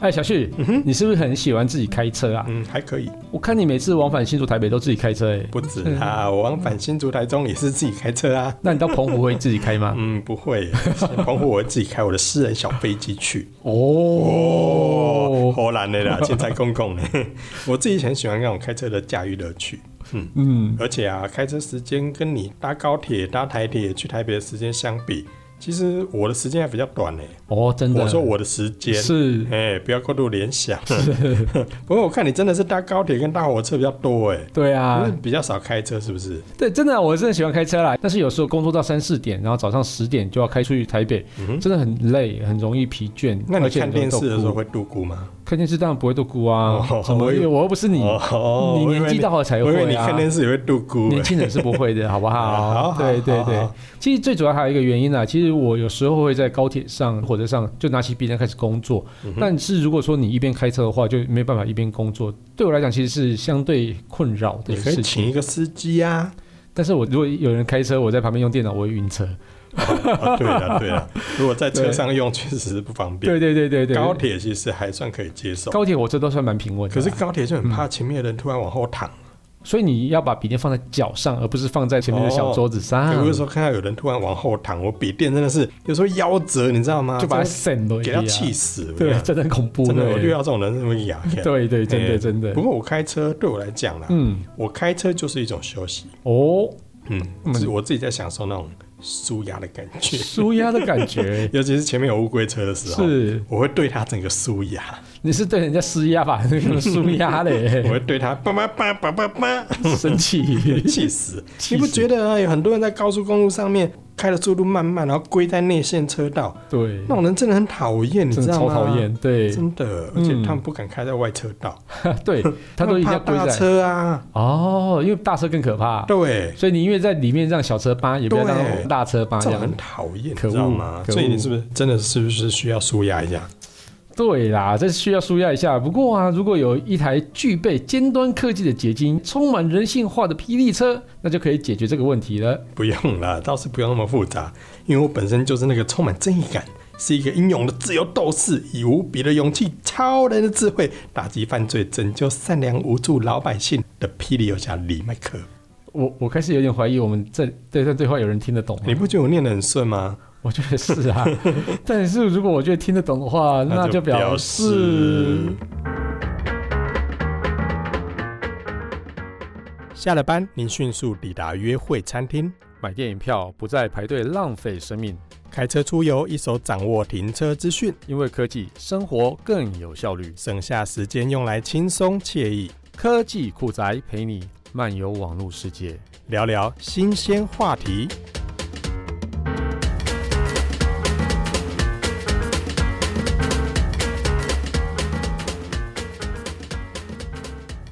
哎，小旭，你是不是很喜欢自己开车啊？嗯嗯，还可以，我看你每次往返新竹、台北都自己开车、哎，不止啊，我往返新竹、台中也是自己开车啊。那你到澎湖会自己开吗？嗯，不会，澎湖我自己开我的私人小飞机去。哦，哦，荷兰的啦，现在公共的。 我自己很喜欢那种开车的驾驭乐趣。嗯，嗯，而且啊，开车时间跟你搭高铁、搭台铁去台北的时间相比，其实我的时间还比较短呢、哦，真的，我说我的时间是哎、不要过度联想。 不过我看你真的是搭高铁跟搭火车比较多哎、对啊你是，比较少开车是不是？对，真的啊、我真的喜欢开车啦。但是有时候工作到三四点，然后早上十点就要开出去台北，真的很累，很容易疲倦。嗯那你而且看很容易电视的时斗候哭，会度孤吗？看电视当然不会度孤啊，哦怎么？我以因为为我又不是你，哦你我以为年纪到了才我以为会你啊看电视也会度孤、年欸。轻人是不会的，好不 好好？好对对好对好，其实最主要还有一个原因啊，其实我有时候会在高铁上、火车上就拿起笔电开始工作，嗯但是如果说你一边开车的话，就没办法一边工作。对我来讲，其实是相对困扰的你可以事情。请一个司机啊！ 但是我如果有人开车，我在旁边用电脑，我会晕车。哦，对了对了，如果在车上用确实是不方便。对对对对对，高铁其实还算可以接受，高铁、嗯火车都算蛮平稳的可啦。是高铁就很怕前面的人突然往后躺。啊所以你要把笔电放在脚上，而不是放在前面的小桌子上，有的时候看到有人突然往后躺，我笔电真的是有时候夭折，你知道吗？就把它真的省了一给点啊他气死。我跟对，你讲真的很恐怖，真的，对我遇到这种人这么哑。对对，真哎的真的不，过我开车对我来讲啦，嗯，我开车就是一种休息，哦，嗯，是我自己在享受那种舒压的感觉， 舒压的感觉尤 其是啊前面有乌龟车的时候，是，我会对它整个舒压，你是对人家施压吧？那个舒压 我嘞，会对它叭叭叭叭 叭叭，生 气气死！气你不死觉得啊？有很多人在高速公路上面开的速度慢慢，然后归在内线车道，对，那种人真的很讨厌，你真知的道超吗？讨厌，对真的，而且他们不敢开在外车道， 对，他都一定怕要跪大在车啊，哦，因为大车更可怕，对，所以你宁愿在里面让小车扒，也不要对让大车扒这这样种很。讨厌，你可恶知道吗？可恶所以你是不是真的是不是需要舒压一下？对啦，这需要舒压一下。不过啊，如果有一台具备尖端科技的结晶、充满人性化的霹雳车，那就可以解决这个问题了。不用啦，倒是不用那么复杂，因为我本身就是那个充满正义感，是一个英勇的自由斗士，以无比的勇气、超人的智慧打击犯罪，拯救善良无助老百姓的霹雳游侠李麦克。我我开始有点怀疑，我们这这段对话有人听得懂吗你？不觉得我念得很顺吗？ 我觉得是啊，但是如果我觉得听得懂的话，那就表示下了班，您迅速抵达约会餐厅。买电影票不再排队浪费生命，开车出游，一手掌握停车资讯，因为科技生活更有效率。省下时间用来轻松惬意科技酷宅陪你漫游网络世界。聊聊新鲜话题。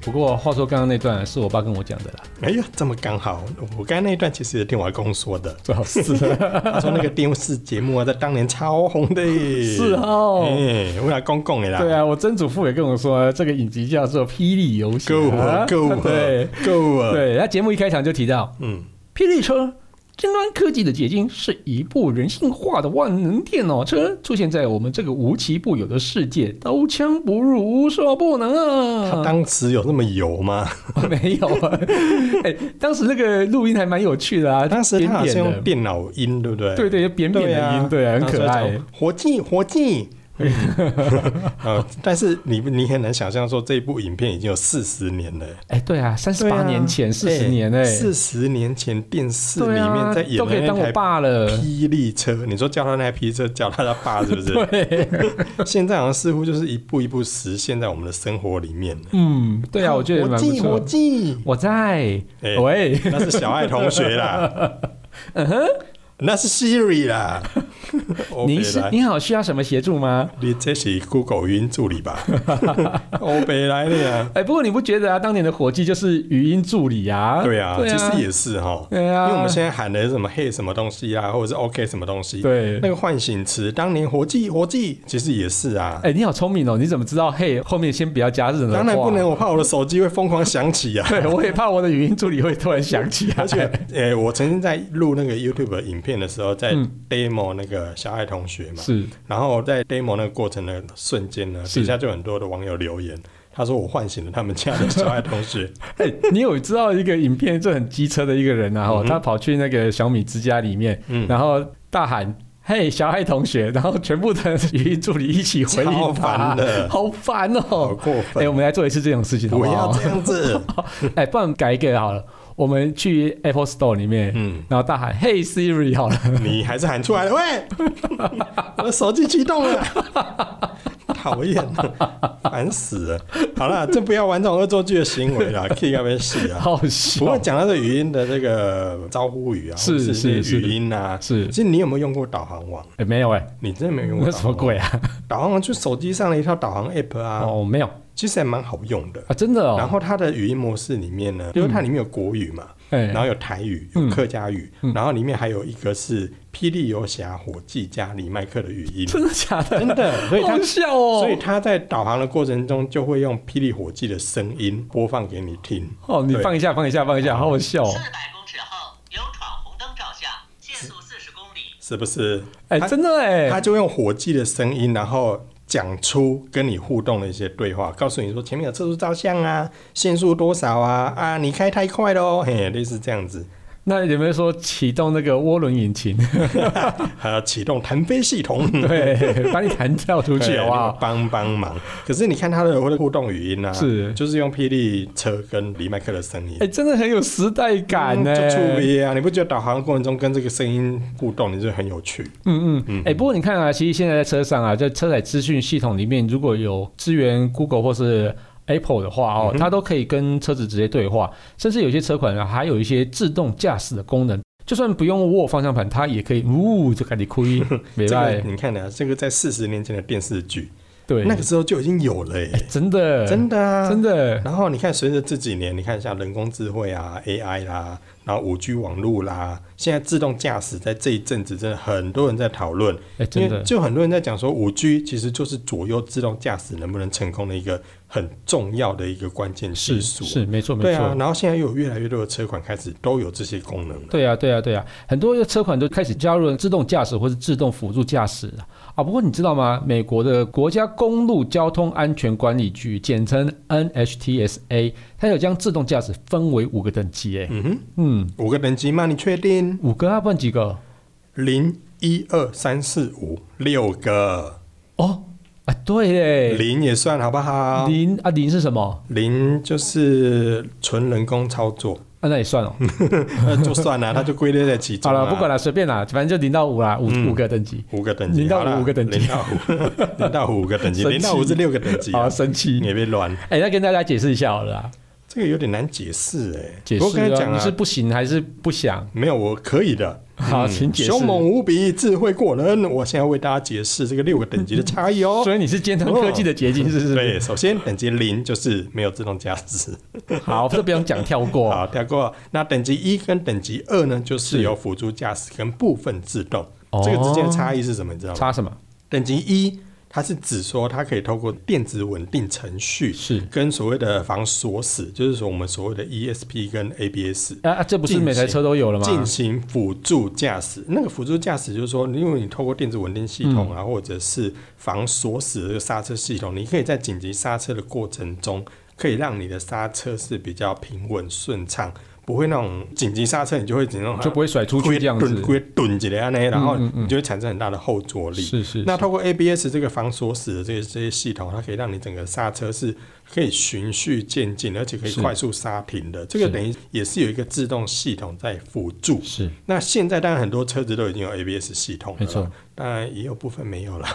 不过话说刚刚那段是我爸跟我讲的啦，哎呀，这么刚好！我刚才那一段其实也听我阿公说的，最哦好是啊他说那个电视节目啊，在当年超红的 耶。是哦。哎，我阿公讲的啦。对，啊，我曾祖父也跟我说，这个影集叫做《霹雳游侠够》了，够了，啊对够了。，对，他节目一开场就提到，嗯，霹雳车，尖端科技的结晶，是一部人性化的万能电脑车，出现在我们这个无奇不有的世界，刀枪不入，无所不能他啊！当时有那么油吗？没有啊， 哎、当时那个录音还蛮有趣的啊，当时扁他好像扁用的，电脑音，对不对？对对，扁扁的音，对啊，很可爱。。火计，火 计。呃，但是你你很难想象说这一部影片已经有四十年了，哎、对啊，三十八年前，四十、年哎、四十年前电视里对面啊在，演都可的以当那我台爸了。霹雳车，你说叫他那台霹雳车叫他他爸是不是？ 对， 现在好像似乎就是一步一步实现在我们的生活里面了。嗯，对啊，我觉得火蛮不计，错。火计，我在，哎喂，嗯那是小爱同学啦， 那是 Siri 啦。您是欧北来您好，需要什么协助吗？你这是 Google 语音助 理吧？欧北来的呀，哎、不过你不觉得啊，当年的火计就是语音助理啊？对啊，对啊，其实也是哈，对啊因为我们现在喊的是什么 Hey 什么东西啊，或者是 OK 什么东西，对那个唤醒词，当年活计活计其实也是啊。哎、你好聪明哦！你怎么知道？嘿，后面先不要加日呢？当然不能，。我怕我的手机会疯狂响起啊。 对，我也怕我的语音助理会突然想起来。 而且，呃、我曾经在录那个 YouTube 影片的时候，在嗯 demo 那个个小爱同学嘛，是然后在 demo 那个过程的瞬间呢，是底下就很多的网友留言，他说我唤醒了他们家的小爱同学，哎你有知道一个影片，就很机车的一个人啊，哦嗯哼他跑去那个小米之家里面，嗯然后大喊。嘿小爱同学，然后全部的语音助理一起回超应他烦的，好烦好 哦！过哎、分，我们来做一次这种事情好不不要好？这 样子，哎、不然改一个好了，我们去 Apple Store 里面，嗯，然后大喊 “Hey Siri” 好了，你还是喊出来了，喂，我的手机启动 了。讨厌，烦死了！好了，这不要玩这种恶作剧的行 为啦，K 要不要洗啊？好 不过笑。讲到这语音的这个招呼语啊，是或者是一些是语音啊，是其实你有没有用过导航网？哎、没有哎、你真的没有用过那导什航么网？鬼啊？导航网就手机上的一套导航 App 啊，哦，没有其实还蛮好用的。啊，真的然哦。嗯后它的语音模式里面呢，因为它里面有国语嘛，哎、然后有台语、有客家语，嗯然后里面还有一个是《霹雳游侠》火计加里麦克的语音，真的假的？真 的，所以它好笑哦。所以它在导航的过程中就会用霹雳火计的声音播放给你听。哦，你对啊放一下，放一下，放一下，好好笑哦。四百公尺后有闯红灯照相，限速四十公里。是不是？哎、它真的哎、他就用火计的声音，然后讲出跟你互动的一些对话，告诉你说前面有测速照相啊，限速多少啊，啊，你开太快喽，嘿，类似这样子。那有没有说启动那个涡轮引 擎？还要呃启动弹飞 系统，对，把你弹跳出去好不哇，好？帮帮忙。可是你看他的互动语音啊，是就是用霹雳车跟李麦克的声音哎、。真的很有时代感欸哎嗯呢、就触别啊！你不觉得导航过程中跟这个声音互动，你就很有趣？嗯嗯嗯。哎、不过你看啊，其实现在在车上啊，在车载资讯系统里面，如果有支援 Google 或是 Apple 的话嗯哦，它都可以跟车子直接对话，甚至有些车款啊，还有一些自动驾驶的功能。就算不用握方向盘，它也可以呜就赶紧哭， 没这个办你看啊，这个在四十年前的电视剧，对，哎那个时候就已经有了耶、欸真的真的啊，真的然后你看，随着这几年，你看像人工智慧啊、AI 啦，然后五 G 网络啦，现在自动驾驶在这一阵子真的很多人在讨论，哎、因真为的就很多人在讲说，五 G 其实就是左右自动驾驶能不能成功的一个很重要的一个关键是技术。是没错没对错、啊，然后现在又有越来越多的车款开始都有这些功能了。对啊，对啊，对啊，很多车款都开始加入了自动驾驶或是自动辅助驾驶了啊。不过你知道吗？美国的国家公路交通安全管理局，简称 NHTSA，它有将自动驾驶分为五个等级，哎，嗯哼，嗯，五个等级吗？你确定？五个啊，不然几个？零、一、二、三、四、五，六个，哦，啊，对，哎，零也算好不好？零啊，零是什么？零就是纯人工操作，啊，那也算 哦。那就算了，它就归类在其中、好啊。了，不管了，随便啦，反正就零到五啦，五、嗯五个等级。五个等级，零到五好啦五个等级零到五，零到五 个等级，生气零到五是六个等级、好啊，神奇！你也别乱，哎、那跟大家解释一下好了啦，这个有点难解释哎、解不过释跟你讲啊，你是啊，不行还是不想？没有，我可以的。嗯好，请解释。凶猛无比，智慧过人。我现在为大家解释这个六个等级的差异哦。所以你是尖端科技的结晶，是不是？对，首先等级零就是没有自动驾驶， 好，这不用讲，跳过。 好跳过。那等级一跟等级二呢，就是有辅助驾驶跟部分自动，哦这个之间的差异是什么？你知道吗？差什么？等级一，它是指说它可以透过电子稳定程序，是跟所谓的防锁死，就是说我们所谓的 ESP 跟 ABS。啊，啊这不是每台车都有了吗？进行辅助驾驶，那个辅助驾驶就是说，因为你透过电子稳定系统嗯啊，或者是防锁死的这个刹车系统，你可以在紧急刹车的过程中，可以让你的刹车是比较平稳顺畅，不会那种紧急刹车你就会只能就不会甩出去这样子。嗯会蹲起来呢，然后你就会产生很大的后坐力。是是那是透过 ABS 这个防锁死的这些这些系统，它可以让你整个刹车是可以循序渐进，而且可以是快速刹停的。这个是等于也是有一个自动系统在辅助。是，那现在当然很多车子都已经有 ABS 系统了，没错，当然也有部分没有了。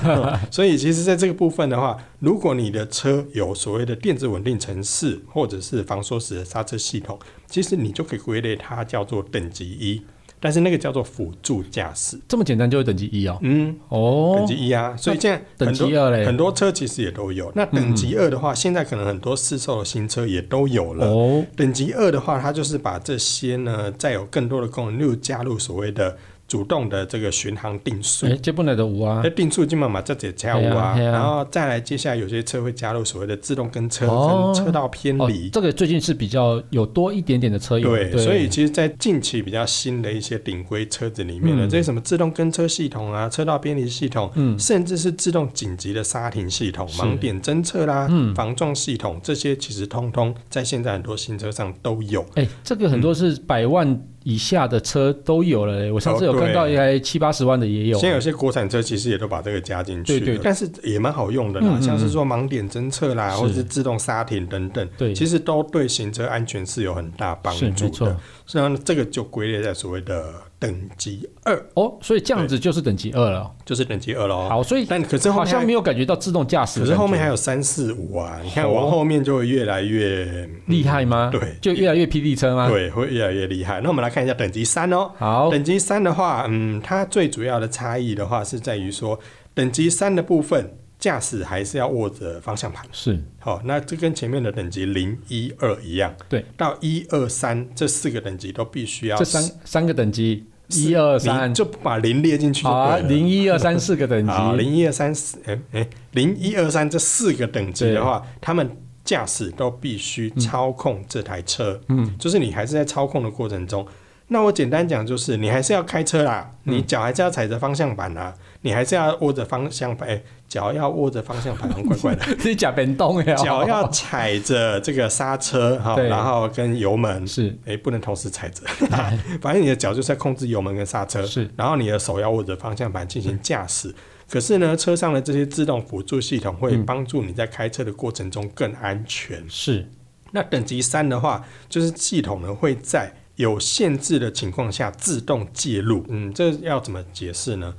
所以其实在这个部分的话，如果你的车有所谓的电子稳定程式或者是防锁死的刹车系统，其实你就可以归类它叫做等级一，但是那个叫做辅助驾驶。这么简单就有等级一哦。嗯，等哦级，一啊，所以现在等很多级二嘞嗯很多车其实也都有。那等级二的话，现在可能很多市售的新车也都有了。哦，等级二的话，它就是把这些呢，再有更多的功能，例如加入所谓的主动的这个巡航定速。哎，接不来的五啊那，定速基本嘛，这只加五对啊啊，对啊然后再来，接下来有些车会加入所谓的自动跟车，哦跟车道偏哦离，。这个最近是比较有多一点点的车友，对，啊对，所以其实，在近期比较新的一些顶规车子里面呢，嗯这些什么自动跟车系统啊、车道偏离系统，嗯甚至是自动紧急的刹停系统、是盲点侦测啦、嗯防撞系统，这些其实通通在现在很多新车上都有。哎，这个很多是百万以下的车都有了。我上次有看到一台七八十万的也有。嗯哦现在有些国产车其实也都把这个加进去了，对对对但是也蛮好用的啦，嗯嗯嗯像是说盲点侦测啦，是或者是自动刹停等等，对其实都对行车安全是有很大帮是助没的错。实际上，这个就归类在所谓的等级二，哦，所以这样子就是等级二了。就是等级二喽。好，所以但可是后好面还像没有感觉到自动驾驶可的感是觉，后面还有三四五啊，你看哦往后面就会越来越嗯厉害吗？对啊就越来越霹雳车吗？，对，会越来越厉害。那我们来看一下等级三哦。好，等级三的话，嗯，它最主要的差异的话是在于说，等级三的部分驾驶还是要握着方向盘。是好、那这跟前面的等级零、一、二一样。对，到一二三这四个等级都必须要这三三个等级，一二三你，就把零列进去就好啊，对了。零一二三四个等啊，级，零一二三四，哎哎，零一二三这四个等级的话，他们驾驶都必须操控这台车，嗯，就是你还是在操控的过程中。那我简单讲，就是你还是要开车啦，嗯你脚还是要踩着方向盘啦，你还是要握着方向盘，哎，脚要握着方向盘，很怪怪的，这假变动 呀，脚要踩着这个刹车哈，对然后跟油门，是哎，不能同时踩着， 反正你的脚就是在控制油门跟刹车，是然后你的手要握着方向盘进行驾驶。可是呢，车上的这些自动辅助系统嗯会帮助你在开车的过程中更安全。是那等级三的话，就是系统呢会在有限制的情况下自动介入。嗯，这要怎么解释呢？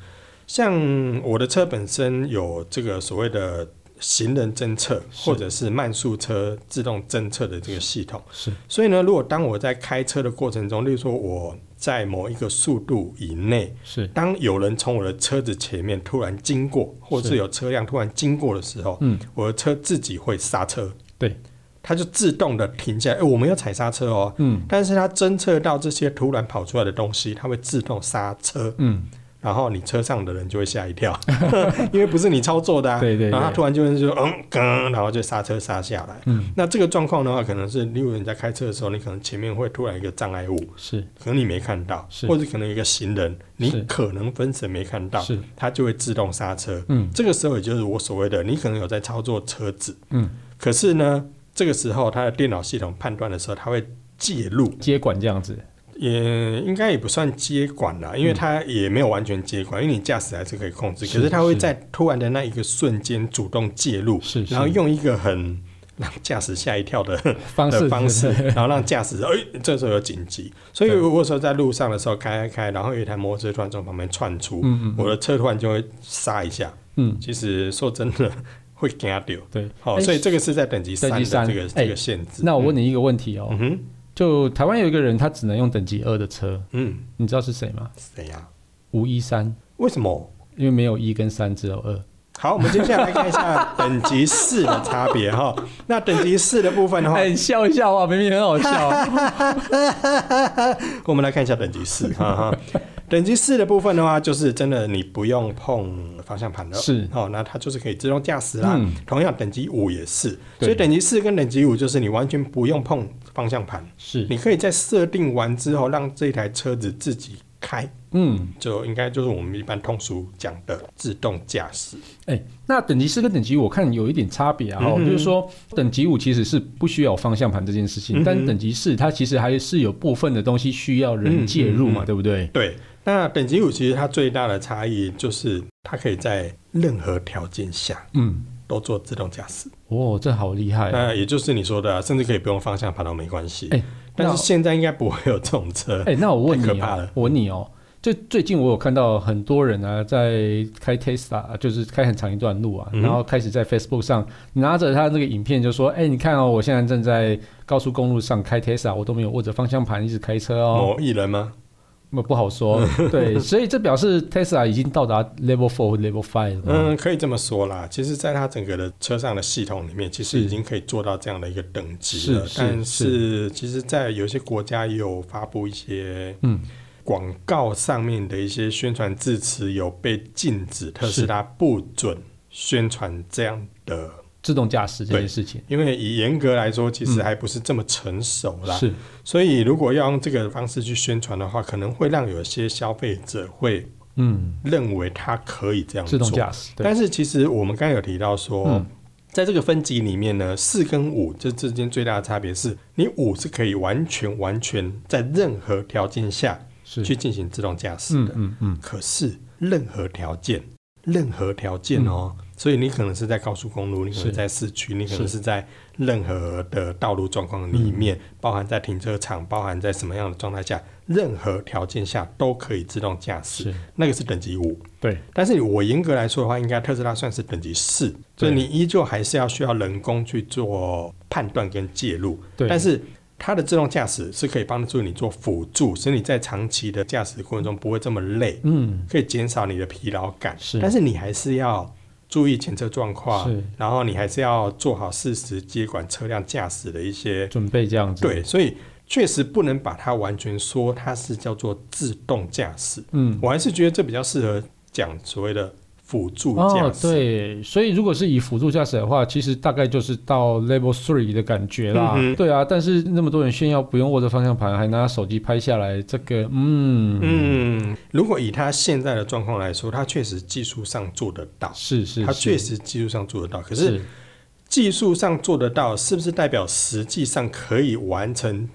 像我的车本身有这个所谓的行人侦测，是或者是慢速车自动侦测的这个系统。是所以呢，如果当我在开车的过程中，例如说我在某一个速度以内，是，当有人从我的车子前面突然经过，或是是有车辆突然经过的时候，嗯，我的车自己会刹车，对，它就自动的停下来。哎、我们要踩刹车哦，嗯但是它侦测到这些突然跑出来的东西，它会自动刹车。嗯，然后你车上的人就会吓一跳， 因为不是你操作的、啊，对对对然后他突然就会说嗯嗯，然后就刹车刹下来。嗯，那这个状况的话，可能是例如你在开车的时候，你可能前面会突然一个障碍物，是可能你没看到，是或者可能有一个行人，你是可能分神没看到是，它就会自动刹车。嗯这个时候也就是我所谓的，你可能有在操作车子，嗯，可是呢，这个时候它的电脑系统判断的时候，它会介入，接管这样子，也应该也不算接管啦，因为它也没有完全接管，因为你驾驶还是可以控制，嗯是可是它会在突然的那一个瞬间主动介入，是是然后用一个很让驾驶吓一跳的方式的方式对，然后让驾驶哎、这时候有紧急，所以对如果说在路上的时候开开开，然后有一台摩托车突然从旁边窜出，嗯嗯我的车突然就会刹一下，嗯，其实说真的会惊掉。 对，好、哎所以这个是在等级三等的级三这个、哎这个限制。那我问你一个问题哦嗯，哼，就台湾有一个人他只能用等级二的车，嗯，你知道是谁吗？谁呀、吴一三，为什么？因为没有一跟三，只有二。好，我们接下来看一下等级四的差别哈。那等级四的部分的话，哎，你笑一笑啊，明明很好 笑。啊我们来看一下等级 四啊哈哈。等级四的部分的话，就是真的你不用碰方向盘了，是哦，那它就是可以自动驾驶啦。嗯同样，等级五也是，对所以等级四跟等级五就是你完全不用碰方向盘，是，你可以在设定完之后让这台车子自己开，嗯，就应该就是我们一般通俗讲的自动驾驶。哎，那等级四跟等级五我看有一点差别啊、哦，嗯哼就是说等级五其实是不需要有方向盘这件事情，嗯哼但等级四它其实还是有部分的东西需要人介入嘛，嗯嗯嗯对不对？对，那等级五其实它最大的差异就是它可以在任何条件下嗯，都做自动驾驶，哦，这好厉害、啊！那也就是你说的啊、甚至可以不用方向盘都没关系。哎但那是现在应该不会有这种车。哎，那我问太可你怕啊、了我问你哦，就最近我有看到很多人啊在开 Tesla，就是开很长一段路啊，嗯然后开始在 Facebook 上拿着他那个影片就说，哎，你看哦，我现在正在高速公路上开 Tesla，我都没有握着方向盘一直开车哦。某艺人吗？那不好说，嗯 对，所以这表示 Tesla 已经到达 Level Four 或 Level Five 了。嗯，可以这么说啦。其实，在它整个的车上的系统里面，其实是已经可以做到这样的一个等级是了。是但是，其实，在有些国家也有发布一些嗯广告上面的一些宣传字词有被禁止，特斯拉不准宣传这样的，自动驾驶这件事情。因为以严格来说，其实还不是这么成熟啦。嗯是，所以如果要用这个方式去宣传的话，可能会让有些消费者会嗯，认为它可以这样自做。动驾驶，对，但是其实我们刚刚有提到说，嗯在这个分级里面呢，四跟五这之间最大的差别是，你五是可以完全完全在任何条件下是去进行自动驾驶嗯的，嗯嗯，可是任何条件，任何条件哦。所以你可能是在高速公路，你可嗯能是在市区，你可能是嗯是在任何的道路状况里面，包含在停车场，包含在什么样的状态下，任何条件下都可以自动驾驶是。那个是等级五。对，但是我严格来说的话，应该特斯拉算是等级四，所对以你依旧还是要需要人工去做判断跟介入。对但是它的自动驾驶是可以帮助你做辅助，使你在长期的驾驶过程中不会这么累，嗯，可以减少你的疲劳感。是但是你还是要。注意前车状况是，然后你还是要做好适时接管车辆驾驶的一些准备这样子，，对，所以确实不能把它完全说它是叫做自动驾驶。嗯，我还是觉得这比较适合讲所谓的辅助驾哦，驶。对，所以如果是以辅助驾驶的话，其实大概就是到 Level Three 的感觉啦。嗯哼对啊，但是那么多人炫耀不用握着方向盘，还拿手机拍下来，这个，嗯嗯，如果以它现在的状况来说，它确实技术上做得到，是是，它是确实技术上做得到。可是是技术上做得到，是不是代表实际上可以完成？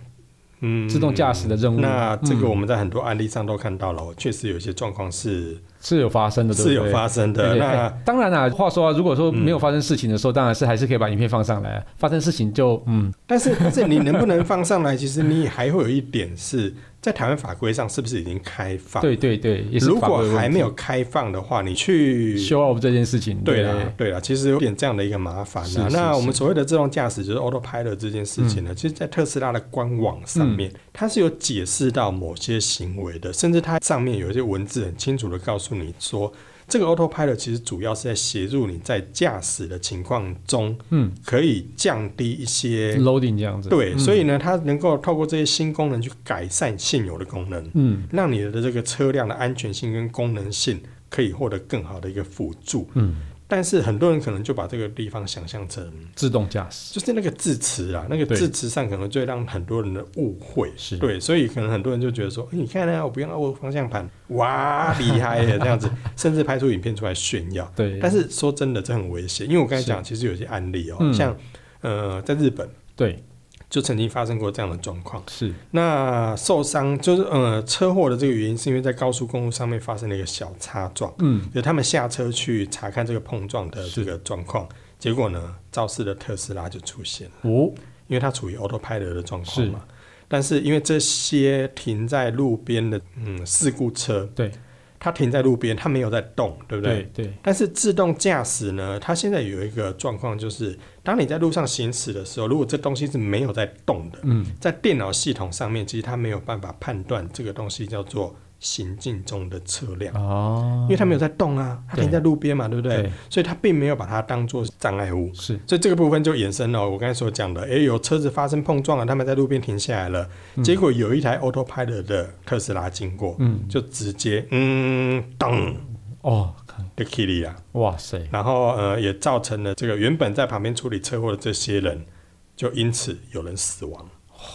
嗯，自动驾驶的任务，那这个嗯我们在很多案例上都看到了，确实有一些状况是是有发生的，对不是有对发生的。对那嗯哎当然啦、话说啊，如果说没有发生事情的时候，当然是还是可以把影片放上来。啊发生事情就嗯，但是，但是你能不能放上来？其实你还会有一点是在台湾法规上是不是已经开放？，对对对，也是啊如法规果问还题没有开放的话，你去 show off 这件事情，对啦，啦，对啦，其实有点这样的一个麻烦是啦。是嗯那是我们所谓的自动驾驶就是 autopilot 这件事情呢，其实，在特斯拉的官网上面，嗯它是有解释到某些行为的，甚至它上面有一些文字很清楚的告诉你说，这个 autopilot 其实主要是在协助你在驾驶的情况中，嗯可以降低一些，loading 这样子，对，嗯所以呢，它能够透过这些新功能去改善现有的功能，嗯让你的这个车辆的安全性跟功能性可以获得更好的一个辅助。嗯，但是很多人可能就把这个地方想象成自动驾驶就是那个字词啊，那个对字词上可能就会让很多人的误会。是对，所以可能很多人就觉得说，诶你看啊，我不要握方向盘，哇，厉害耶，这样子，甚至拍出影片出来炫耀。对，但是是说真的，这很危险，因为我刚才讲，其实有些案例哦、嗯像呃，在日本。对就曾经发生过这样的状况。是那受伤就是呃车祸的这个原因，是因为在高速公路上面发生了一个小擦撞，嗯就是他们下车去查看这个碰撞的这个状况，结果呢，肇事的特斯拉就出现了，五因为它处于 autopilot 的状况是嘛。但是因为这些停在路边的嗯事故车，对它停在路边，它没有在动，对不对对但是自动驾驶呢，它现在有一个状况，就是当你在路上行驶的时候，如果这东西是没有在动的，嗯，在电脑系统上面，其实它没有办法判断这个东西叫做行进中的车辆，哦因，为它没有在动啊，它对停在路边嘛，对不对？对所以它并没有把它当做障碍物。是所以这个部分就衍生了我刚才所讲的，诶，有车子发生碰撞了，他们在路边停下来了，结果有一台 autopilot 的特斯拉经过，嗯就直接嗯当哦，看就 k i l 啊，哇塞，然后呃也造成了这个原本在旁边处理车祸的这些人，就因此有人死亡，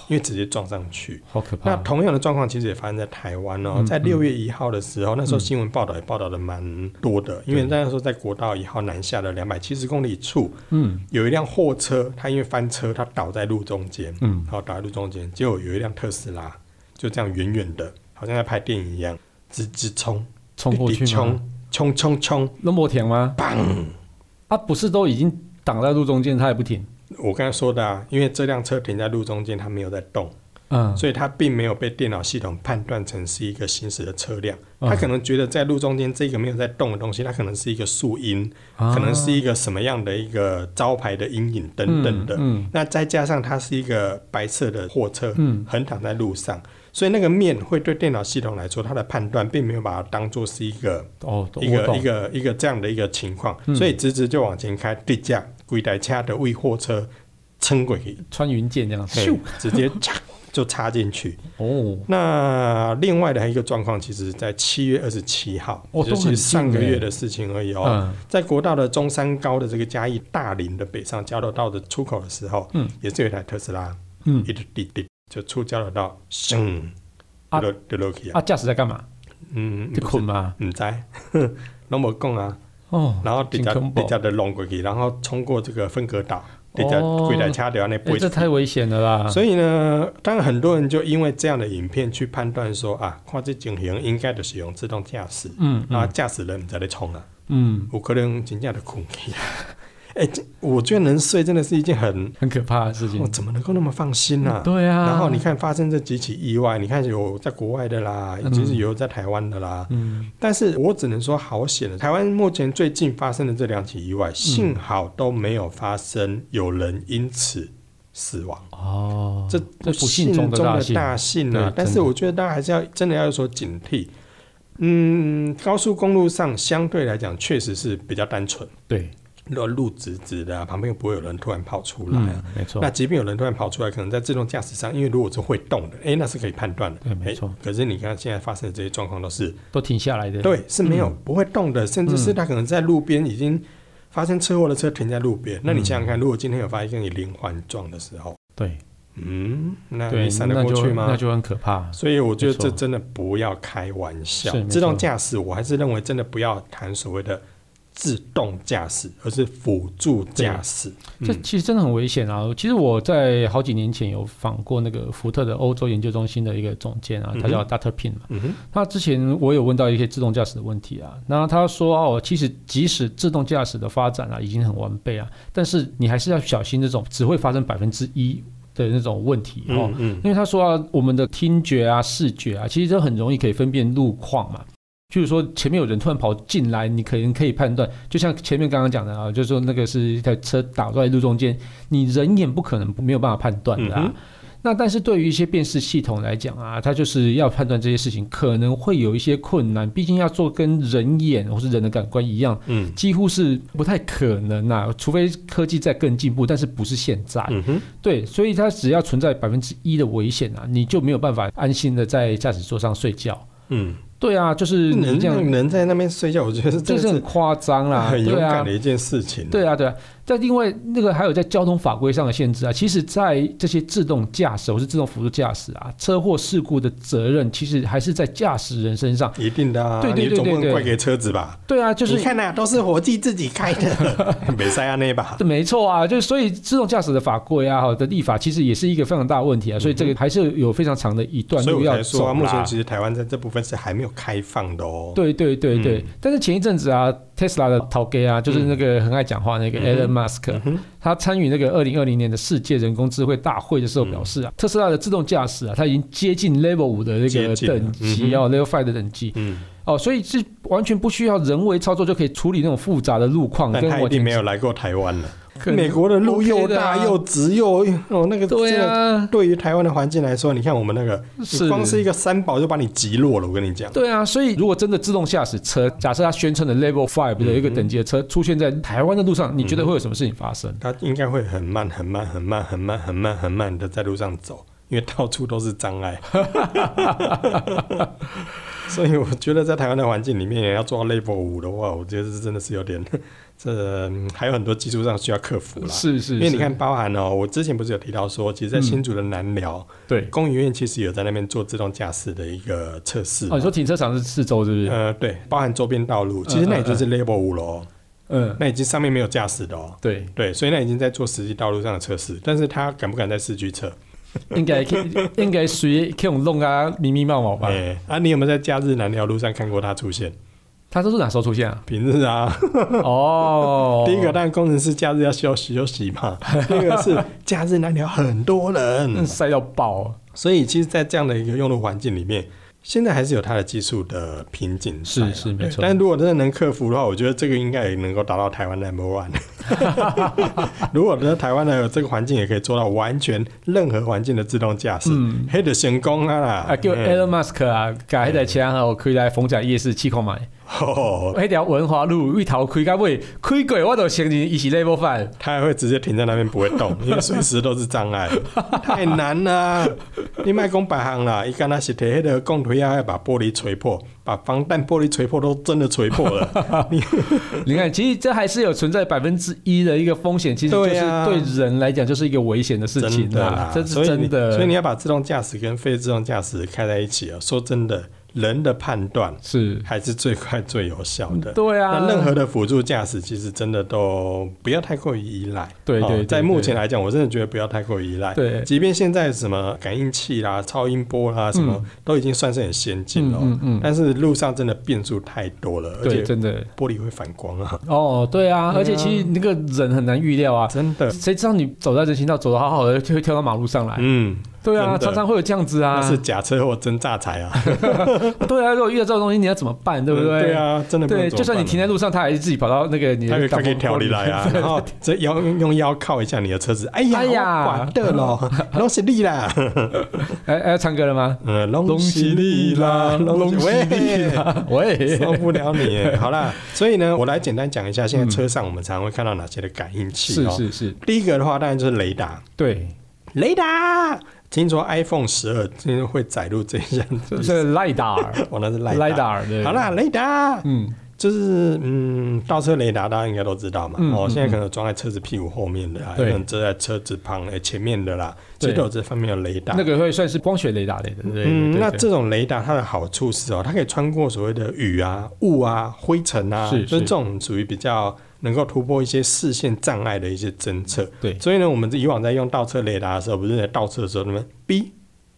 因为直接撞上去。好嗯可怕那，同样的状况其实也发生在台湾哦，在六月一号的时候，那嗯时候新闻报道也报道的蛮多的，因为那时候在国道一号南下的两百七十公里处，嗯有一辆货车，它因为翻车，它倒在路中间，嗯好倒在路中间，结果有一辆特斯拉就这样远远的，好像在拍电影一样，直直冲，冲过去滴滴吗？冲冲冲冲，那么停吗？啊，不是都已经挡在路中间，他也不停，我刚才说的啊，因为这辆车停在路中间，它没有在动，嗯，所以它并没有被电脑系统判断成是一个行驶的车辆。嗯它可能觉得在路中间这个没有在动的东西，它可能是一个树荫，啊可能是一个什么样的一个招牌的阴影等等的。嗯那再加上它是一个白色的货车，嗯横躺在路上，所以那个面会对电脑系统来说，它的判断并没有把它当做是一个哦，一我个懂一个一个这样的一个情况，嗯所以直直就往前开，对架规台车的为货车撑过去，穿云箭这样，嘿咻，直接 嚓就插进去。哦，那另外的还有一个状况，其实在七月二十七号，哦也就都很是近上个耶月的事情而已哦。嗯在国道的中山高的这个嘉义大林的北上交流道的出口的时候，嗯，也是有一台特斯拉，嗯一直滴滴就出交流道，咻，啊就就落去啊，啊，驾驶在干嘛？嗯，在困嘛？唔知， 拢无讲啊。哦，然后直接真恐怖直接就弄过去，然后冲过这个分隔岛，直接哦规台车掉那哎、背。这太危险了啦！所以呢，当然很多人就因为这样的影片去判断说啊，看这情形应该就是用自动驾驶，嗯然后驾驶人在咧冲啊，嗯，有可能真正的困去啊。 哎、这我觉得能睡真的是一件很，很可怕的事情我、。怎么能够那么放心呢、啊？嗯对啊，哦然后你看发生这几起意外，你看有在国外的啦，嗯其实有在台湾的啦，嗯，但是我只能说好险了。台湾目前最近发生的这两起意嗯外，幸好都没有发生有人因此死亡，哦，这这不幸中中的的大大幸幸啊对！但是真的我觉得大家还是要真的要有所警惕。嗯，高速公路上相对来讲确实是比较单纯，对，路路直直的、啊，旁边又不会有人突然跑出来啊、嗯，没错那，即便有人突然跑出来，可能在自动驾驶上，因为如果是会动的，哎、那是可以判断的。对没错诶可是你看现在发生的这些状况都是，都停下来的。，对，是嗯没有、不会动的，甚至是他可能在路边已经发生车祸的车停在路边。嗯那你想想看，如果今天有发现你连环撞的时候，对，嗯，那对你，闪得那过就去那吗？就很可怕。所以我觉得没错这真的不要开玩笑是没。错自动驾驶，我还是认为真的不要谈所谓的自动驾驶，而是辅助驾驶。这嗯其实真的很危险啊！其实我在好几年前有访过那个福特的欧洲研究中心的一个总监啊，他叫 Dr. Pin 嘛。嗯哼，他之前我有问到一些自动驾驶的问题啊，那他说哦，其实即使自动驾驶的发展啊已经很完备啊，但是你还是要小心这种只会发生百分之一的那种问题哦。嗯嗯因为他说啊，我们的听觉啊、视觉啊，其实都很容易可以分辨路况嘛。就是说，前面有人突然跑进来，你可能可以判断，就像前面刚刚讲的啊，就是说那个是一台车打在路中间，你人眼不可能没有办法判断的啊。嗯哼那但是对于一些辨识系统来讲啊，它就是要判断这些事情，可能会有一些困难，毕竟要做跟人眼或是人的感官一样，嗯几乎是不太可能啊，除非科技再更进步，但是不是现在。嗯哼，对，所以它只要存在百分之一的危险啊，你就没有办法安心的在驾驶座上睡觉。嗯，对啊，就是你人这样，人在那边睡觉，我觉得是这真的是很是夸张啦， 很勇对敢啊的。一件事情。对啊，对啊，但另外那个还有在交通法规上的限制啊，其实，在这些自动驾驶或是自动辅助驾驶啊，车祸事故的责任其实还是在驾驶人身上。一定的啊，对对你对总不对能对怪给车子吧？对啊，就是你看呐、都是伙计自己开的， 没塞亚啊内吧？对，没错啊，就是所以自动驾驶的法规啊，好的立法其实也是一个非常大的问题啊，所以这个还是有非常长的一段嗯所以路我要才走说、啦啊，目前其实台湾在这部分是还没有开放的哦。对对对对，嗯但是前一阵子啊，Tesla 的陶给啊，就是那个很爱讲话那个 Elon Musk，、嗯哼他参与那个二零二零年的世界人工智慧大会的时候表示嗯啊，特斯拉的自动驾驶啊，它已经接近 Level 五的那接个近了等级哦、l e v e l Five 的等级嗯，哦，所以是完全不需要人为操作就可以处理那种复杂的路况但哦跟他一我定没有来过台湾了。美国的路又大又直又哦，那个啊对真的啊。对于台湾的环境来说，你看我们那个，是你光是一个三宝就把你击落了。我跟你讲，对啊，所以如果真的自动驾驶车，假设它宣称的 Level Five 的一嗯个等级的车出现在台湾的路上，你觉得会有什么事情发生？它应该会很慢、很慢、很慢、很慢、很慢、很慢的在路上走，因为到处都是障 碍。所以我觉得在台湾的环境里面，也要做到 Level 五的话，我觉得这真的是有点， 这、嗯还有很多技术上需要克服啦。是是，因为是你看，包含哦，我之前不是有提到说，其实，在新竹的南寮、对，工研院其实有在那边做自动驾驶的一个测试哦，嘛。你说停车场是四周是嗯不是？呃，对，包含周边道路，其实那也就是 Level 五了哦，嗯，那已经上面没有驾驶的哦。对，对，所以那已经在做实际道路上的测试，但是他敢不敢在市区测？应该可以，应该属于可以弄啊，迷迷冒冒吧哎、。啊，你有没有在假日南寮路上看过他出现？？他这是哪时候出现啊平日啊，哦， 第一个当然工程师假日要休息休 息嘛，第二个是假日南寮很多嗯人，塞到爆，啊所以其实，在这样的一个用路环境里面，现在还是有它的技术的瓶颈在啊。是是对没错但如果真的能克服的话，我觉得这个应该也能够达到台湾 number one。如 果呢，台湾的这个环境也可以做到完全任何环境的自动驾驶，黑的成功啊啦！嗯啊，叫嗯 Elon Musk 啊，改一台车然后可以来逢甲夜市七块买，哦，迄条文华路一头开到尾，开过我都承认伊是 level five。他还会直接停在那边不会动，因为随时都是障 碍，太难啦！你卖讲白行啦，伊敢若是摕迄个钢锤啊，要把玻璃锤破，把防弹玻璃锤破都真的锤破 了。你你看，其实这还是有存在百分之一的一个风险，其实就是对啊对人来讲就是一个危险的事情真的啦啦，，这所是以真的。你所以你要把自动驾驶跟非自动驾驶开在一起啊。说真的，人的判断是还是最快最有效的。对啊，那任何的辅助驾驶，其实真的都不要太过于依赖。哦对对对在目前对来讲，我真的觉得不要太过于依赖。对即便现在什么感应器啦、超音波啦，什么、都已经算是很先进了、嗯哦嗯嗯嗯但是路上真的变数太多了，而对且真的玻璃会反光啊，哦，对啊，而且其实那个人很难预料啊。真的。谁知道你走在人行道走的好好的，就会跳到马路上来？嗯，对啊，真的常常会有这样子啊那。是假车祸真榨财啊，对啊，如果遇到这种东西，你要怎么办？对不对？ 对。啊，真的不对，能怎么办啊。就算你停在路上，他还是自己跑到那个你他的会挡他可以风调玻你璃来 啊，然后这腰用腰靠一下你的车子，哎呀，哎呀我管的咯，拢是你 啦，哎哎，要唱歌了吗？嗯，拢是你啦，拢是你啦，哦嗯喂，受不了你 耶。好啦，所以呢，我来简单讲一下，现在车上我们常会看到哪些的感应器是哦。是是，第一个的话，当然就是雷达，对，雷达。听说 iPhone 十二今天会载入这项这是赖达尔，哦，那是赖雷达达。尔，对，好啦，雷达，嗯，就是嗯，倒车雷达大家应该都知道嘛。嗯哦，嗯现在可能有装在车子屁股后面的啦，有对可能遮在车子旁诶、前面的啦，其对实都有这方面的雷达。那个会算是光学雷达类的，对对嗯，对那对这种雷达它的好处是哦，它可以穿过所谓的雨啊、雾啊、灰尘啊，是就是是这种属于比较能够突破一些视线障碍的一些侦测。对所以呢，我们以往在用倒车雷达的时候，不是在倒车的时候，那么哔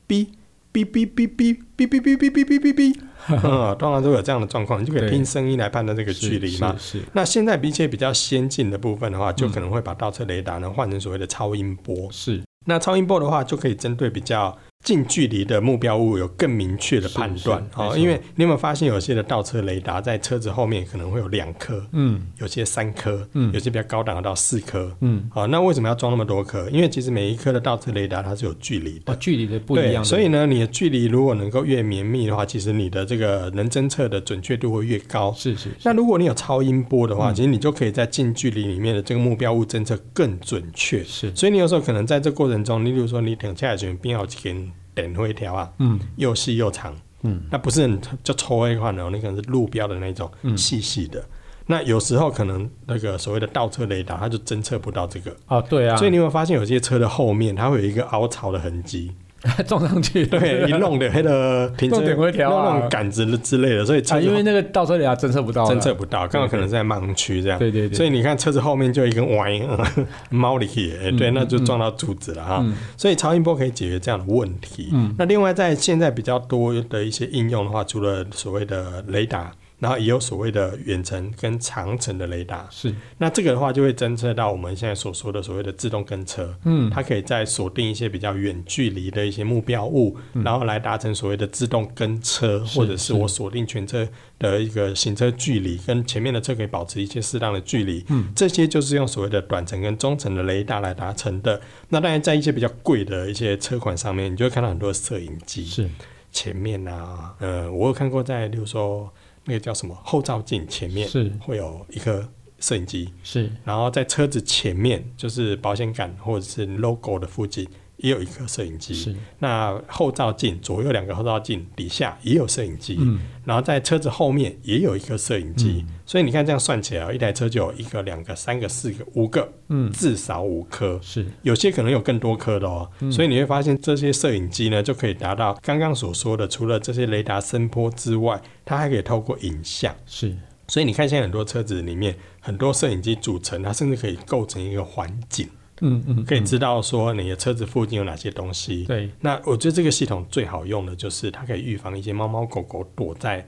哔哔哔哔哔哔哔哔哔哔 哔哔，嗯，通常都有这样的状况，你就可以对听声音来判断这个距离嘛。是是那现在比起比较先进的部分的话，嗯就可能会把倒车雷达呢换成所谓的超音波。是那超音波的话，就可以针对比较近距离的目标物有更明确的判断是是没哦。错因为你有没有发现，有些的倒车雷达在车子后面可能会有两颗，嗯有些三颗，嗯有些比较高档的到四颗。嗯，好、那为什么要装那么多颗？因为其实每一颗的倒车雷达它是有距离的哦，，距离的不一对样，所以呢，你的距离如果能够越绵密的话，其实你的这个能侦测的准确度会越高。是是那如果你有超音波的嗯话，其实你就可以在近距离里面的这个目标物侦测更准确。是，所以你有时候可能在这过程中，你例如说你停下来前边有几根点灰条啊，嗯又细又长，嗯，那不是很就抽一款哦，那可能是路标的那种嗯细细的。那有时候可能那个所谓的倒车雷达，它就侦测不到这个。哦，对啊，所以你有没有发现有些车的后面，它会有一个凹槽的痕迹， 撞上去， 对，一弄的那个停车弄点灰条啊弄那种杆子之类的，所以车啊，子因为那个倒车雷达侦测不到了，侦测不到，刚好可能在盲区这样。对对对所以你看车子后面就一根歪 嗯猫里去，哎嗯对，那就撞到柱子了哈。所以超音波可以解决这样的问题。嗯那另外在现在比较多的一些应用的话，除了所谓的雷达。然后也有所谓的远程跟长程的雷达，是，那这个的话就会侦测到我们现在所说的所谓的自动跟车，嗯，它可以在锁定一些比较远距离的一些目标物，然后来达成所谓的自动跟车，或者是我锁定全车的一个行车距离，跟前面的车可以保持一些适当的距离。嗯，这些就是用所谓的短程跟中程的雷达来达成的。那当然，在一些比较贵的一些车款上面，你就会看到很多摄影机，是前面啊，呃，我有看过在，例如说那个叫什么后照镜前面是会有一颗摄影机。是然后在车子前面，就是保险杆或者是 logo 的附近，也有一个摄影机是。那后照镜左右两个后照镜底下也有摄影机，嗯然后在车子后面也有一个摄影机。所以你看这样算起来，一台车就有一个、两个、三个、四个、五个，嗯至少五颗。是有些可能有更多颗的哦，嗯所以你会发现这些摄影机呢，就可以达到刚刚所说的，除了这些雷达声波之外，它还可以透过影像是，所以你看，现在很多车子里面，很多摄影机组成，它甚至可以构成一个环境，嗯嗯，可以知道说你的车子附近有哪些东西。对，那我觉得这个系统最好用的就是它可以预防一些猫猫狗狗躲在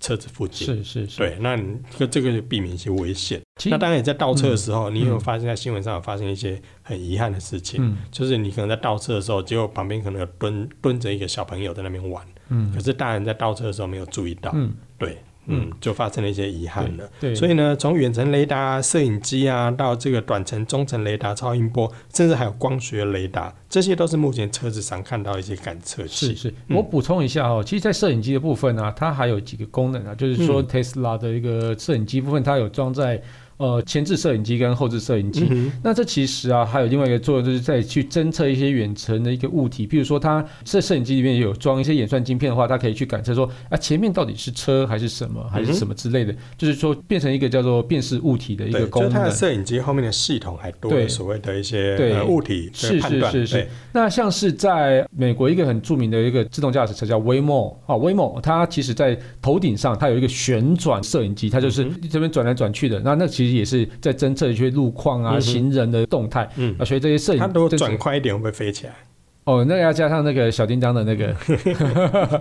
车子附近。是是是，对，那你就这个就避免一些危险。其那实当然，也在倒车的时候，你有没有发现，在新闻上有发生一些很遗憾的事情，嗯就是你可能在倒车的时候，结果旁边可能有蹲蹲着一个小朋友在那边玩，嗯可是大人在倒车的时候没有注意到，嗯对，嗯，就发生了一些遗憾了。对对所以呢，从远程雷达、摄影机啊，到这个短程、中程雷达、超音波，甚至还有光学雷达，这些都是目前车子上看到的一些感测器。是是，我补充一下哦，其实，在摄影机的部分呢、啊它还有几个功能啊，就是说嗯 Tesla 的一个摄影机部分，它有装在呃前置摄影机跟后置摄影机。嗯那这其实啊，还有另外一个作用，就是在去侦测一些远程的一个物体，比如说它这摄影机里面有装一些演算晶片的话，它可以去感测说啊前面到底是车还是什么还是什么之类的，就是说变成一个叫做辨识物体的一哼，个对，就是功它能的。摄影机后面的系统还多了对所谓的一些对呃物体的是判是断。是对是，，那像是在美国一个很著名的一个自动驾驶车叫 Waymo 啊，Waymo 它其实在头顶上它有一个旋转摄影机，它嗯就是这边转来转去的。那那其实也是在侦测一些路况啊、嗯哼行人的动态嗯啊，，所以这些摄影它如果这转快一点，会不会飞起来？哦，那个要加上那个小叮当的那个嗯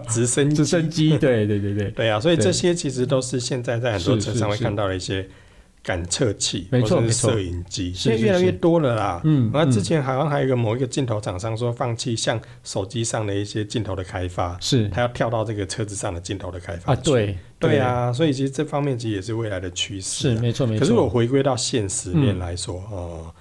直升 呃直机。升机，对对对对。对啊，所以对这些其实都是现在在很多是车是上会是看到的一些感测器，没错或者没是错摄影机，是现在是越来越是多了啦。嗯然后之嗯前好像还有一个某一个镜头厂商说放弃像手机上的一些镜头的开发，是他要跳到这个车子上的镜头的开发啊，去。对对，啊，所以其实这方面其实也是未来的趋是势啊。没错没错。可是我回归到现实面嗯来说，哦、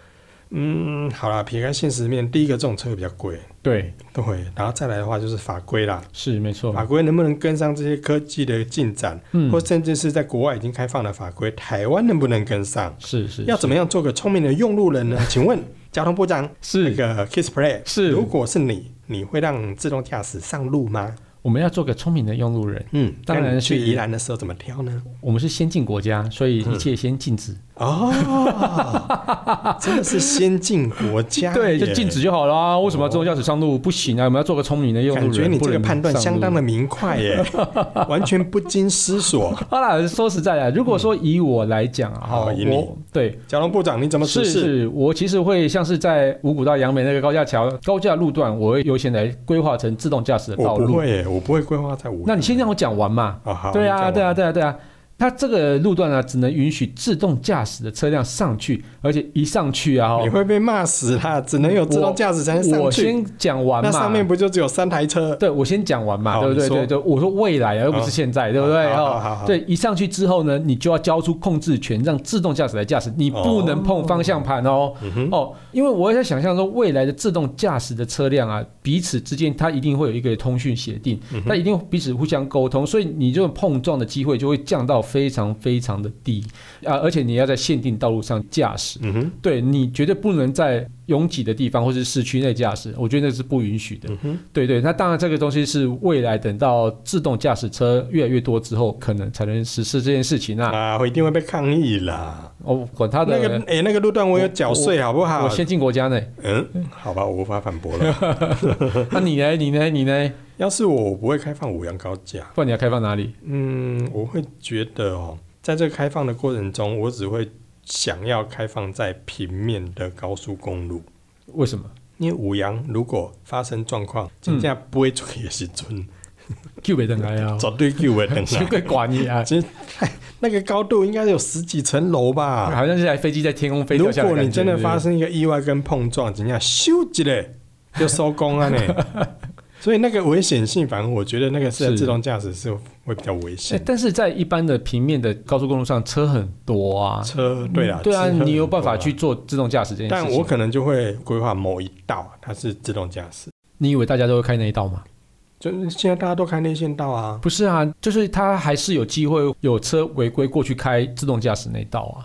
嗯，好啦，撇开现实面，第一个这种车比较贵，对对，然后再来的话就是法规啦，是没错，法规能不能跟上这些科技的进展，嗯啊或甚至是在国外已经开放的法规，台湾能不能跟上？是是要怎么样做个聪明的用路人呢？请问交通部长，是那个 Kiss Play 是如果是你，你会让自动驾驶上路吗？我们要做个聪明的用路人。嗯，当然那你去是宜兰的时候怎么 挑呢？我们是先进国家，所以嗯一切先禁止。哦，真的是先进国家，啊哦对，就禁止。就好啦。为什么要自动驾驶上路不行啊？我们要做个聪明的用路感人。觉你不这个能判断上路相当的明快耶，完全不经 思索。 好啦，说实在的，啊如果说以我来讲啊，嗯好哈以你我对。交通部长，你怎么是指示？是，我其实会像是在五股到杨梅那个高架桥高架路段，我会优先来规划成自动驾驶的道我哦不路。会耶，我不会规划在五。那你先让我讲完嘛。啊，好，对你讲啊，完对啊，，对啊，对啊。它这个路段呢、啊只能允许自动驾驶的车辆上去，而且一上去啊，你哦会被骂死啦！只能有自动驾驶才能上我去。先讲完那嘛。上面不就只有三台车？对，我先讲完嘛，好对不你对？说对对，我说未来啊，又不是现在，对不对？好好哦，好好对，一上去之后呢，你就要交出控制权，让自动驾驶来驾驶，你不能碰方向盘哦。嗯哼，哦，因为我在想象说，未来的自动驾驶的车辆啊，彼此之间它一定会有一个通讯协定，嗯那、一定彼此互相沟通，所以你这种碰撞的机会就会降到非常非常的低啊、而且你要在限定道路上驾驶，嗯哼，对你绝对不能在拥挤的地方或是市区内驾驶，我觉得那是不允许的。嗯哼，对对，那当然这个东西是未来等到自动驾驶车越来越多之后，可能才能实施这件事情啊。啊，我一定会被抗议啦。哦，管他那的，个，啊哎，那个路段我有缴税，好不好我？先进国家呢。嗯，好吧，我无法反 驳了。嗯那、啊你呢？你呢？你呢？要是我，我不会开放五羊高架。不然你要开放哪里？嗯，我会觉得哦，在这个开放的过程中，我只会想要开放在平面的高速公路。为什么？因为五羊如果发生状况，真正不会出也是准，就别等来 啊！ 绝对救会等来。谁会管你啊？其实哎 那个高度应该有十几层楼吧。好像是台飞机在天啊空飞啊如掉下来。果你真的发，生一个意外跟碰撞，怎样咻一嘞就收 工了呢？所以那个危险性，反正我觉得那个是在是自动驾驶是会比较危哎险。但是在一般的平面的高速公路上，车很多啊。车对啦，对啊，车很多你有办法去，做自动驾驶这件事但情？我可能就会规划某一道它是自动驾驶，你以为大家都会开那一道吗？就是现在大家都开内线道啊。不是啊，就是他还是有机会有车违规过去开自动驾驶那道啊。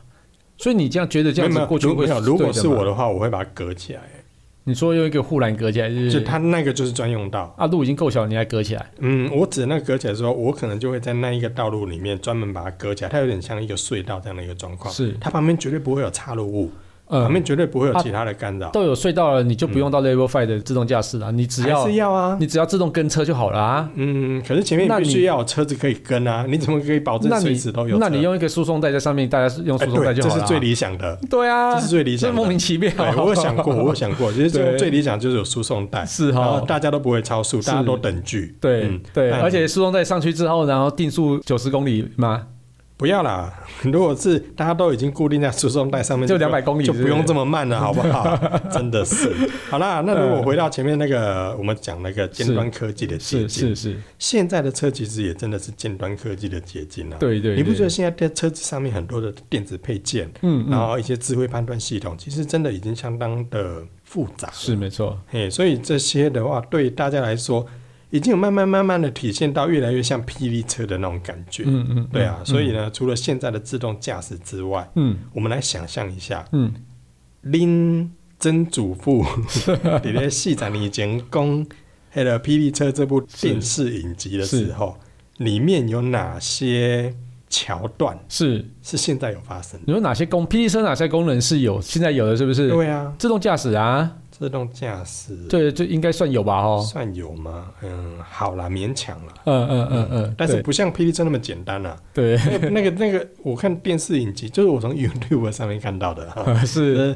所以你这样觉得这没样有子没有，过去如会没有，如果是我的吗，的话，我会把它隔起来，你说用一个护栏隔起来，是不就是它那个就是专用道。啊路已经够小，你还隔起来，嗯，我指那个隔起来的时候，我可能就会在那一个道路里面专门把它隔起来，它有点像一个隧道这样的一个状况。是它旁边绝对不会有岔路物，旁嗯，边绝对不会有其他的干扰。都有隧道了，你就不用到 Level Five 的自动驾驶了，你只要还是要啊，你只要自动跟车就好了啊。嗯，可是前面那必你须要有车子可以跟啊，你怎么可以保证那随你时都有车？那你用一个输送带在上面，大家是用哎输送带对，就这好是了啊。最理想的。对啊，这是最理想的这莫名其妙啊对，。我有想过，我有想过，其实这种对最理想就是有输送带，是然后哈，大家都不会超速，是大家都等距。 对嗯对，但而且输送带上去之后，然后定速九十公里吗？不要啦！ 如果是大家都已经固定在输送带上面，就不用200公里就是不不是嗯用这么慢了，好不 好？真的是。好啦，那如果回到前面那个，我们讲那个尖端科技的是捷径是，是，现在的车其实也真的是尖端科技的捷径啊。对对，你不对觉得现在在车子上面很多的电子配件，嗯然嗯，后一些智慧判断系统，其实真的已经相当的复杂了。是没错，嘿，所以这些的话，对大家来说，已经有慢慢慢慢的体现到越来越像霹雳车的那种感觉。嗯嗯，对啊，所以呢，除了现在的自动驾驶之外，嗯我们来想象一下，嗯，林曾祖父 你在细仔你以前讲那个《霹雳车》这部电视影集的时候，里面有哪些桥段是。是现在有发生的？你说哪些功，霹雳车哪些功能是有，现在有的是不是？对啊，自动驾驶啊，自动驾驶对，就应该算有吧？哦，算有吗？嗯，好啦，勉强啦。嗯嗯嗯嗯，但是不像《霹雳车》那么简单啦、对，对那个那个那个，我看电视影集，就是我从 YouTube 上面看到的、哈。呃 是呃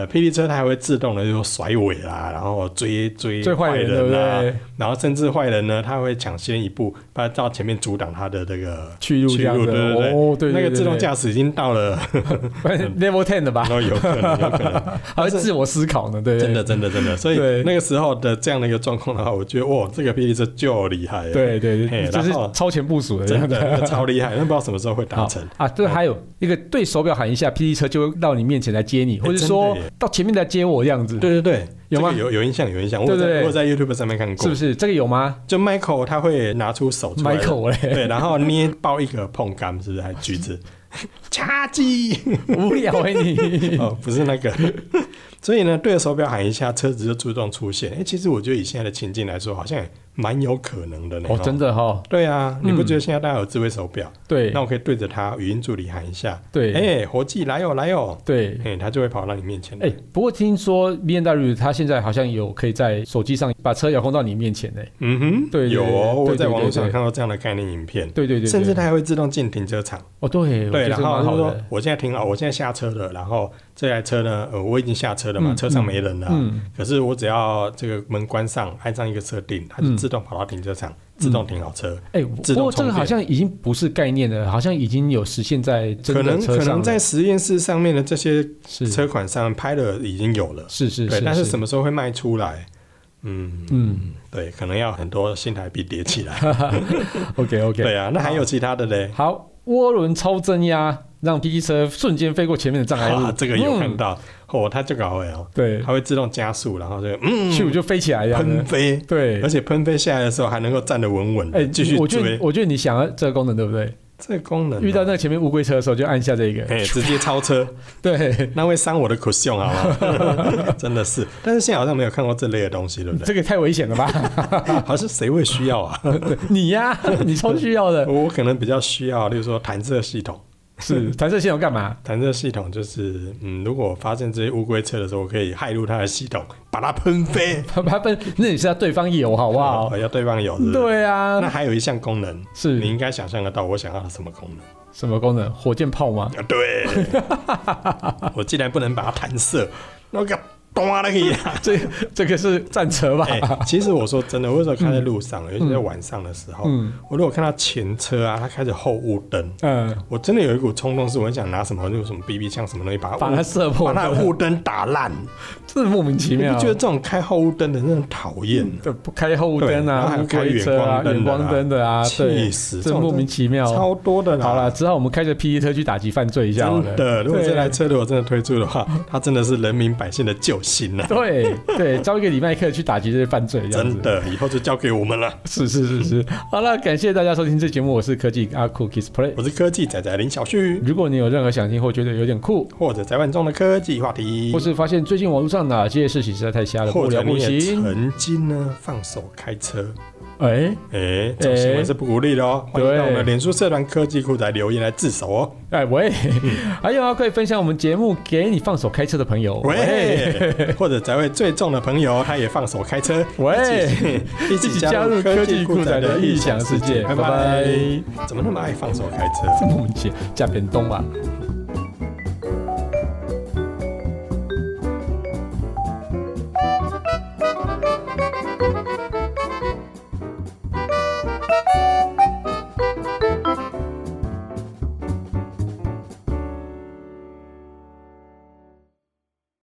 呃，霹雳车它还会自动的就甩尾啦，然后追追最坏人，对不人啊，对？然后甚至坏人呢，他会抢先一步，他到前面阻挡他的这个去路这样子，对对对，哦，对，对那个对自动对驾驶已经到了， level ten 的吧然？后有可能有可能，还会自我思考呢， 对，真的，真的真的，所以对那个时候的这样的一个状况的话，我觉得哇，这个霹雳车就厉害了，对对嘿对，就是然后超前部署的这真样的嗯的。那个超厉害，那不知道什么时候会达好成。啊，对，还有一个对手表喊一下，霹雳车就会到你面前来接你，或者哎真的说耶到前面来接我这样子，对对对，有吗这个有有印象，有印象。我对有不在对我有在 YouTube 上面看过，是不是？这个有吗就 Michael 他会拿出手出来？Michael 欸嘞，对，然后捏爆一个碰柑，是不是？还 橘子，掐鸡无聊哎 你，哦，不是那个。 所以呢，对着手表喊一下，车子就自动出现。哎、其实我觉得以现在的情境来说，好像也蛮有可能的呢。哦，真的。的哈，对啊，你不嗯觉得现在大家有智慧手表？对那我可以对着它语音助理喊一下，哎、对活计来哦来哦，对，哎、它就会跑到你面前来。哎，不过听说 B N W 它现在好像有可以在手机上把车遥控到你面前呢，哎嗯哼，对对有对对哦，我在网络对对上对看到这样的概念影片。对对对，甚至对它还会自动进停车场，哦对，我觉对，得然这个后蛮就好是说的，我现在停好，我现在下车了，然后这台车呢，呃，我已经下车了嘛，嗯车上没人了啊，嗯可是我只要这个门关上，按上一个设定，它嗯就自动跑到停车场，自动停好车。哎，自不动过充这电个好像已经不是概念了，好像已经有实现在可真的能车可上能了在实验室上面的这些是车款上拍的已经有了，是是对，但是什么？么时候会卖出来？嗯，嗯对，可能要很多新台币叠起 来。 ，OK OK，对啊，那还有其他的嘞？好，涡轮超增压让滴滴车瞬间飞过前面的障碍物啊，，这个有看嗯到哦，它就搞会哦，对，它会自动加速，然后就嗯咻就飞起来呀，喷飞，对哎而。且喷飞下来的时候还能够站得稳稳的，继续我觉得追。我觉得你想要这个功能对不对？这个功能啊遇到那个前面乌龟车的时候就按下这个，哎，直接超车，对，那会伤我的 cushion 好吗？真的是，但是现在好像没有看过这类的东西，对不 对？这个太危险了 吧？好像谁会需要啊？对你呀，你超需要的，我可能比较需要，例如说弹射系统。是弹射系统干嘛？弹射系统就是，嗯，如果我发现这些乌龟车的时候，我可以骇入它的系统，把它喷飞。他他分，那你是要对方有好不好哦，？要对方有。是不是。对啊那，还有一项功能，是你应该想象得到我想要的什么功能。什么功能？火箭炮 吗？啊，对， 我既然不能把它弹射，那我给它咚那个呀。这这个是战车吧？ 哎、其实我说真的，我有时候开在路上，尤其在晚上的时候，嗯我如果看到前车啊，它开着后雾灯，嗯，我真的有一股冲动，是我很想拿什么，就是什么 BB 枪什么东西，把它雾把它射破把，它的雾灯打烂。这莫名其你不妙。觉得这种开后雾灯的那种讨厌？对不开后对灯然后啊，还乌开龟远车啊，光灯的远光啦灯的啊，气对，死！这种莫名其妙。超多的啦。好了，只好我们开着 P E 车去打击犯罪一下好了。真的，如果对这台车如果真的推出的话，它真的是人民百姓的救星啊！对对，招一个李麦克去打击这些犯罪，这样子真。的，以后就交给我们了。 是是是是。好了，感谢大家收听这节目，我是科技阿酷 Kiss Play。我是科技仔仔林小旭，如果你有任何想听或觉得有点酷，或者宅晚中的科技话题，或是发现最近网络上哪些事情实在太瞎了，不或聊者不你也行。曾经呢放手开车，哎哎、这种行为是不鼓励的哦。欢迎到我们的对脸书社团科技酷仔留言来自首哦。哎喂，还有啊，可以分享我们节目给你放手开车的朋友。嗯喂，或者宅位最重的朋友，他也放手开车，喂一一起起加加入入科科技技酷酷仔仔的的异异想想世世界。界拜拜拜拜。怎么那么爱放手开车？我们姐加便东吧。啊